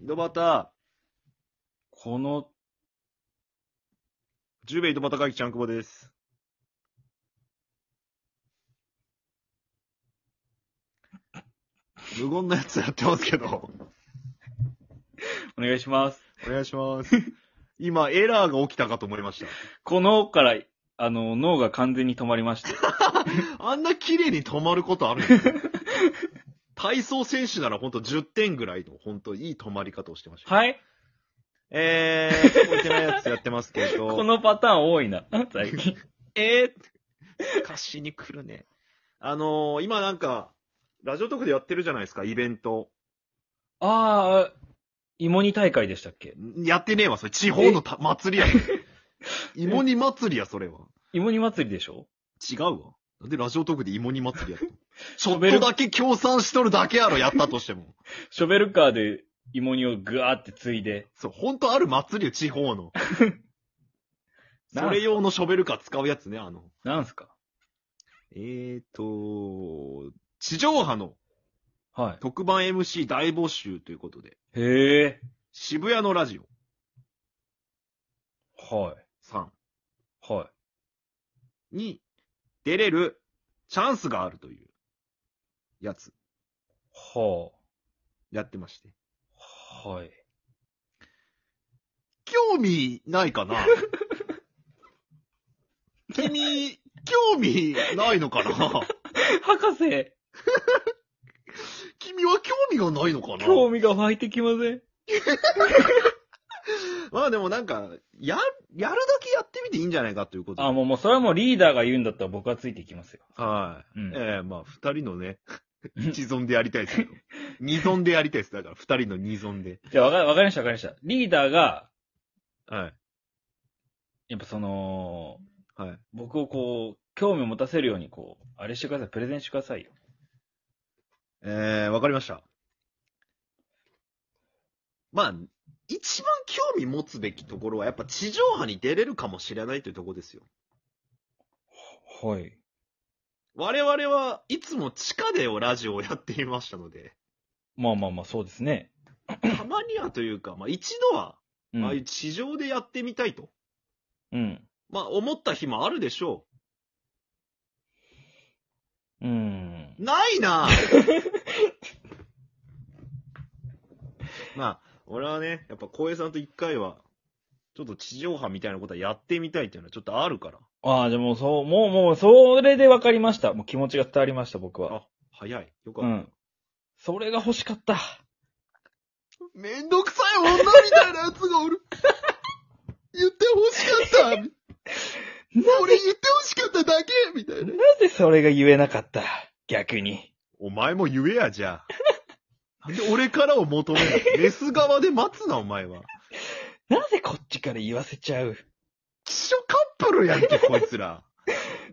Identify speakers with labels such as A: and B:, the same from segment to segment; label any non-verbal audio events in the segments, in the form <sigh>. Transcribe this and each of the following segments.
A: 井戸端、
B: この、
A: 十兵衛井戸端会議ちゃんくぼです。無言のやつやってますけど、
B: お願いします。
A: お願いします。今、エラーが起きたかと思いまし
B: このから、あの、脳が完全に止まりま <laughs> した。
A: た。あんな綺麗に止まることあるんですか体操選手ならほんと10点ぐらいの、ほんといい止まり方をしてました。
B: はい
A: えー、ちょっといけないやつやってますけど。
B: <laughs> このパターン多いな、最近。
A: えー、歌詞に来るね。あのー、今なんか、ラジオトークでやってるじゃないですか、イベント。
B: <laughs> ああ、芋煮大会でしたっけ
A: んやってねえわ、それ。地方のた祭り <laughs> や。芋煮祭りや、それは。
B: 芋煮祭りでしょ
A: 違うわ。なんでラジオトークで芋煮祭りやったの <laughs> ちょ
B: べ
A: っ
B: る
A: とだけ協賛しとるだけやろ、やったとしても。
B: ショベルカーで芋煮をぐわーってついで。
A: そう、ほんとある祭りよ、地方 <laughs> の。それ用のショベルカー使うやつね、あの。
B: なんすか
A: えーと、地上波の
B: は
A: 特番 MC 大募集ということで、
B: い。へえ。
A: 渋谷のラジオ
B: は
A: さん。
B: い。はい。
A: に出れるチャンスがあるというやつ
B: は
A: やってまして。
B: あ。はい。
A: 興味ないか <laughs> な君、興味ないのかな
B: 博士、
A: 君は興味がないのかな
B: 興味が湧いてきません。
A: まあでもなんか、や、やるだけやってみていいんじゃないかということで。
B: あ、もう、もう、それはもうリーダーが言うんだったら僕はついていきますよ。
A: はい。
B: うん。
A: ええまあ、二人の <laughs> ね、一存でやりたいですけど。二存でやりたいです。だから、二人の二存で。
B: じゃあ、わかわかりました、わかりました。リーダーが、
A: はい。
B: やっぱその、
A: はい。
B: 僕をこう、興味を持たせるように、こう、あれしてください、プレゼンしてくださいよ。
A: えー、わかりました。まあ、一番興味持つべきところは、やっぱ地上波に出れるかもしれないというところですよ。
B: はい。
A: 我々はいつも地下でラジオをやっていましたので、
B: まあまあまあ、そうですね。
A: たまにはというか、まあ一度は、
B: う。
A: ああいうん地上でやってみたいと、
B: うん。
A: まあ思った日もあるでしょ
B: うん
A: う。。ないなまあ、俺はね、やっぱ光栄さんと一回は、ちょっと地上波みたいなことはやってみたいっていうのはちょっとあるから。
B: ああ、でもそう、もうもう、それでわかりました。もう気持ちが伝わりました、僕は。
A: あ、早い。よか
B: う
A: っ
B: ん。それが欲しかった。
A: た。めんどくさい女みたいなやつがお <laughs> る。言ってほしかった。
B: な
A: 俺言ってほしかっただけみたいな。
B: なぜそれが言えなかった逆に。
A: お前も言えや、じゃあ。なんで俺からを求めない。 <laughs> レス側で待つな、お前は。
B: なぜこっちから言わせちゃう
A: 気象カップルやんけ、 <laughs> こいつら。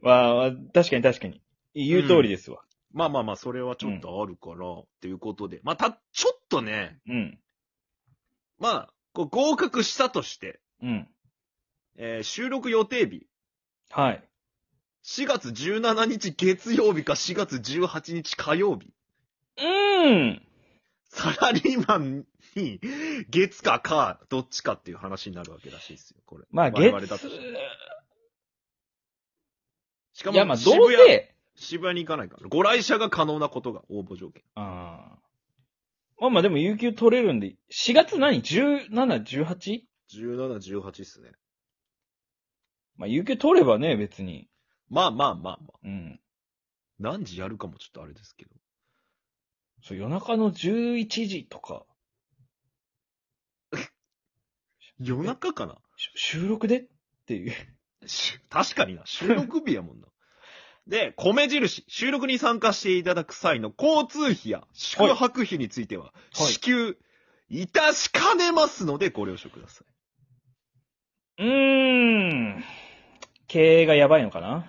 B: まあ、確かに確かに。言う通りですわ。
A: まあまあまあ、それはちょっとあるから、っていうことで。まあ、た、ちょっとね、
B: うん。
A: まあ、こう合格したとして、
B: うん。
A: えー収録予定日、
B: はい。
A: 4月17日月曜日か4月18日火曜日。
B: うーん。
A: サラリーマンに、月かか、どっちかっていう話になるわけらしいですよ、これ。
B: まあ、
A: 我
B: 月
A: 々だとしてしか
B: いや、ま
A: も、
B: あ、ど
A: 渋
B: う
A: 谷、
B: せ、
A: 渋谷に行かないから。ご来社が可能なことが応募条件。
B: あーまあまあ、でも、有給取れるんで、4月何 ?17、18?
A: 17、18っすね。
B: まあ、有給取ればね、別に。
A: まあまあまあまあ。
B: うん。
A: 何時やるかもちょっとあれですけど。
B: そう、夜中の11時とか、
A: 夜中かな
B: し収録でっていう。
A: し確かにな。収録日やもんな。 <laughs> で、米印、収録に参加していただく際の交通費や宿泊費については、
B: いはい
A: 支給いたしかねますのでご了承ください。
B: <laughs> うーん。経営がやばいのかな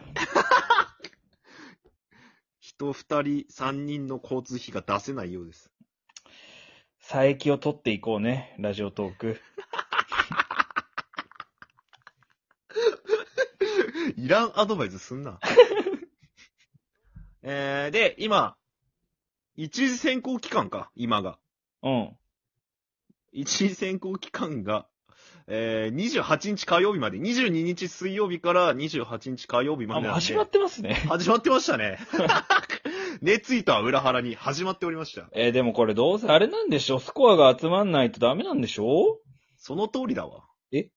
A: 人二人、三人の交通費が出せないようです。
B: 佐伯を取っていこうね、ラジオトーク。
A: いらんアドバイスすん
B: <laughs>
A: な。えー、で、今、一時選考期間か、今が。
B: うん。
A: 一時選考期間が、えー、28日火曜日まで、22日水曜日から28日火曜日ま
B: あ、
A: で
B: もう
A: なんで。
B: 始まってますね。 <laughs>
A: 始まってましたね。 <laughs> 熱意とは裏腹に始まっておりました。
B: えーでもこれどうせあれなんでしょスコアが集まんないとダメなんでしょ
A: その通りだわ。
B: え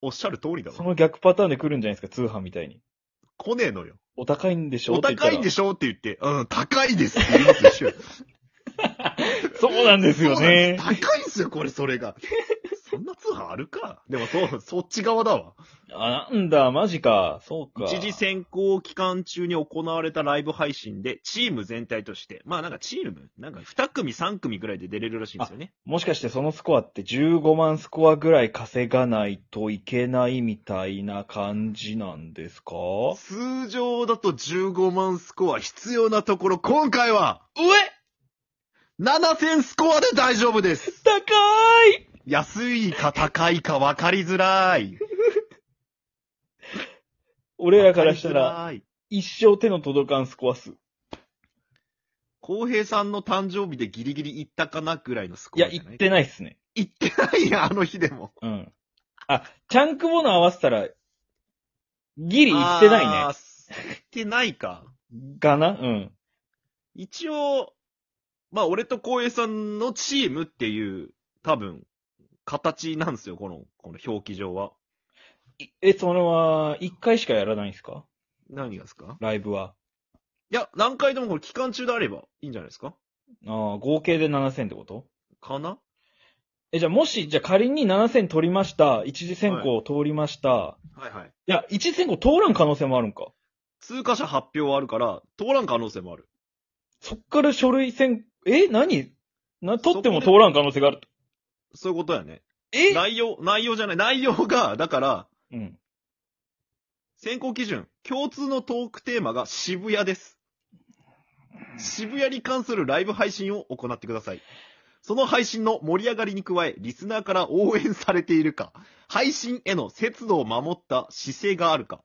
A: おっしゃる通りだ
B: そ
A: わ。
B: の逆パターンで来るんじゃないですか通販みたいに。
A: 来ねえのよ。
B: お高いんでしょ
A: お高いんで
B: し
A: しょって言って、うん、高いですって言いますでしょ。
B: ょそうなん <laughs> ですよね
A: そ。うなんです高いんですよ、これ、それが。 <laughs> そんな通販あるか。でも、そう、そっち側だわ。
B: あ、なんだ、マジか。そうか。
A: 一時選考期間中に行われたライブ配信で、チーム全体として、まあなんかチーム、なんか2組3組ぐらいで出れるらしいんですよね。
B: もしかしてそのスコアって15万スコアぐらい稼がないといけないみたいな感じなんですかう
A: 通常だと15万スコア必要なところ、今回は、
B: え
A: 7000スコアで大丈夫です。
B: 高い
A: 安いか高いか分かりづらい。
B: 俺らからした
A: わ
B: ら
A: かりづい。
B: 一生手の届かんスコア数。い
A: 浩平さんの誕生日でギリギリ行ったかなぐらいのスコ
B: や、
A: アじゃ
B: 行
A: ない
B: ってないっすね。
A: 行ってないや、あの日でも。
B: うん。あ、チャンクボの合わせたら、ギリ <laughs> 行ってない
A: あ
B: ね。
A: ー。行ってないか。
B: かなうん。
A: 一応、まあ俺と浩平さんのチームっていう、多分、形なんですよ、この、この表記上は。
B: いえ、それは、一回しかやらないんですか
A: 何がですか
B: ライブは。
A: いや、何回でもこれ期間中であればいいんじゃないですか
B: ああ、合計で7000ってこと
A: かな
B: え、じゃあもし、じゃあ仮に7000取りました。一次選考を通りました。
A: はいはい。
B: いや、一次選考通らん可能性もあるんか。
A: 通過者発表あるから、通らん可能性もある。
B: そっから書類選、え、何な、取っても通らん可能性があると。
A: そういうことやね。
B: え
A: 内容、内容じゃない。内容が、だから、
B: うん。
A: 選考基準、共通のトークテーマが渋谷です。渋谷に関するライブ配信を行ってください。その配信の盛り上がりに加え、リスナーから応援されているか、配信への節度を守った姿勢があるか、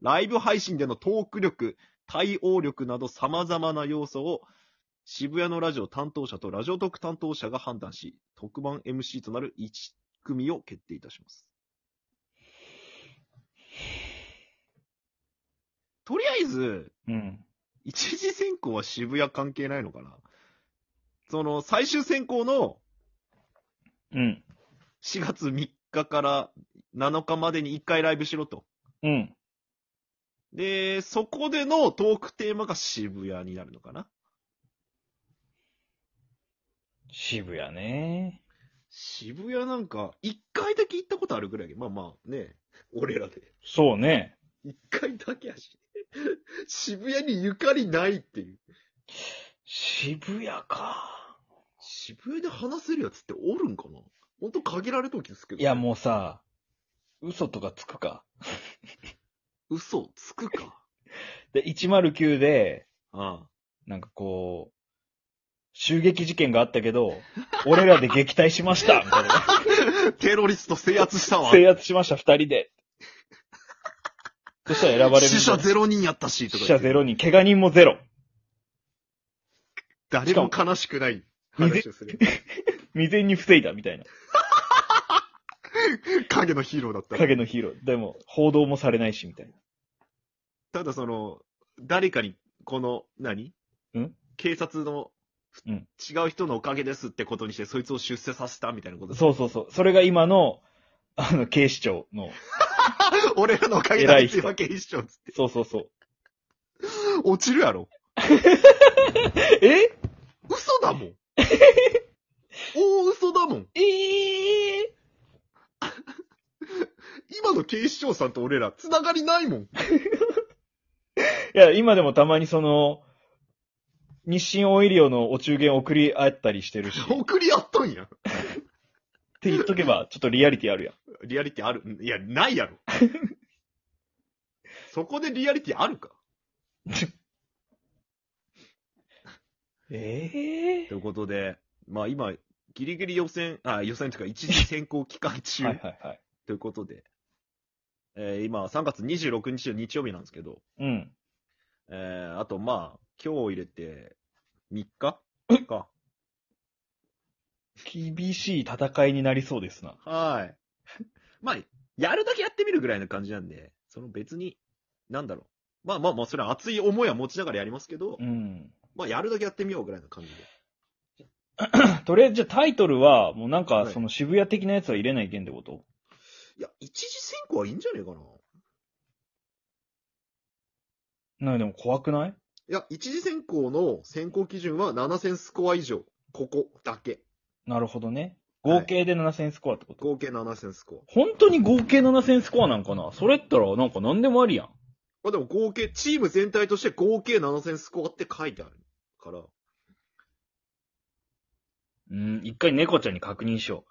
A: ライブ配信でのトーク力、対応力など様々な要素を渋谷のラジオ担当者とラジオトーク担当者が判断し、特番 MC となる1組を決定いたします。とりあえず、
B: うん。
A: 一次選考は渋谷関係ないのかなその、最終選考の
B: うん。
A: 4月3日から7日までに1回ライブしろと。
B: うん。
A: で、そこでのトークテーマが渋谷になるのかな
B: 渋谷ね。
A: 渋谷なんか、1回だけ行ったことあるぐらいやけどまあまあね、俺らで。
B: そうね。
A: 1回だけやし。渋谷にゆかりないっていう。
B: 渋谷か。
A: 渋谷で話せるやつっておるんかなほんと限られときですけど、
B: いや、もうさ、嘘とかつくか。
A: う。嘘つくか。
B: で、109で、
A: ああ。
B: なんかこう、襲撃事件があったけど、俺らで撃退しましたみたい
A: <laughs>
B: な。
A: テロリスト制圧したわ。
B: 制圧しました、二人で。そしたら選ばれる。
A: 死者ゼロ人やったし、とか言
B: 死者
A: って。
B: ゼロ人、怪我人もゼロ。
A: 誰も悲しくない話をする。
B: 未然に防いだ、みたいな。
A: 影のヒーローだったら。
B: 影のヒーロー。でも、報道もされないし、みたいな。
A: ただその、誰かに、この、何
B: ん
A: 警察の、
B: うん
A: 違う人のおかげですってことにして、そいつを出世させたみたいなこと。
B: そうそうそう。それが今の、あの、警視庁の。
A: 俺らのおかげだっていうわけ一緒。
B: そうそうそう。
A: 落ちるやろ。
B: え
A: 嘘だ
B: <laughs>
A: もん。大嘘だもん。
B: ええ
A: 今の警視庁さんと俺ら、つながりないもん。
B: いや、今でもたまにその、日清オイリオのお中元送り合ったりしてるし。
A: 送り合っとんや。
B: って言っとけば、ちょっとリアリティあるやん。
A: リアリティあるいや、ない <laughs> やろ。そこでリアリティあるか
B: え
A: ということで、まあ今、ギリギリ予選、あ、予選というか一 <laughs> 時選考期間中
B: はいはいはい。
A: ということで、えー今3月26日の日曜日なんですけど、
B: うん。
A: えーあとまあ、今日を入れて3日か。
B: 昨厳しい戦いになりそうですな。
A: はい。 <laughs> まあ、やるだけやってみるぐらいな感じなんで、その別に、なんだろう。まあまあまあ、それは熱い思いは持ちながらやりますけど
B: う、ん。
A: まあやるだけやってみようぐらいな感じで。
B: とりあえず、じゃあタイトルは、もうなんか、
A: はい
B: その渋谷的なやつは入れないけんってこと
A: いや、一時選考はいいんじゃねえかな。
B: なんかでも怖くない
A: いや、一次選考の選考基準は7000スコア以上。ここだけ。
B: なるほどね。合計で7000スコアってこと、
A: 合計7000スコ
B: 本当に合計7000スコアなんかなそれったら、なんか何でもありやん。
A: ア。まあでも合計、チーム全体として合計7000スコアって書いてあるから。
B: うん、一回猫ちゃんに確認しよ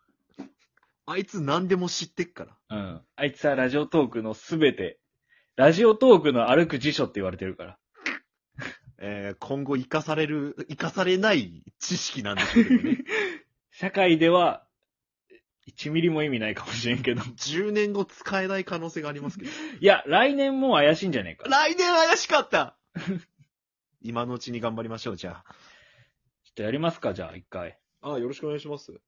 A: あいつ何でも知ってっから。
B: う。うん。あいつはラジオトークのすべて、ラジオトークの歩く辞書って言われてるから。
A: えー、今後生かされる、生かされない知識なんですけど <laughs> ね。
B: 社会では、1ミリも意味ないかもしれんけど。
A: 10年後使えない可能性がありますけど。
B: いや、来年もう怪しいんじゃねえ
A: <laughs>
B: か。
A: 来年怪しかった <laughs> 今のうちに頑張りましょう、じゃ
B: ちょっとやりますか、じゃあ、一回。
A: あ。あよろしくお願いします。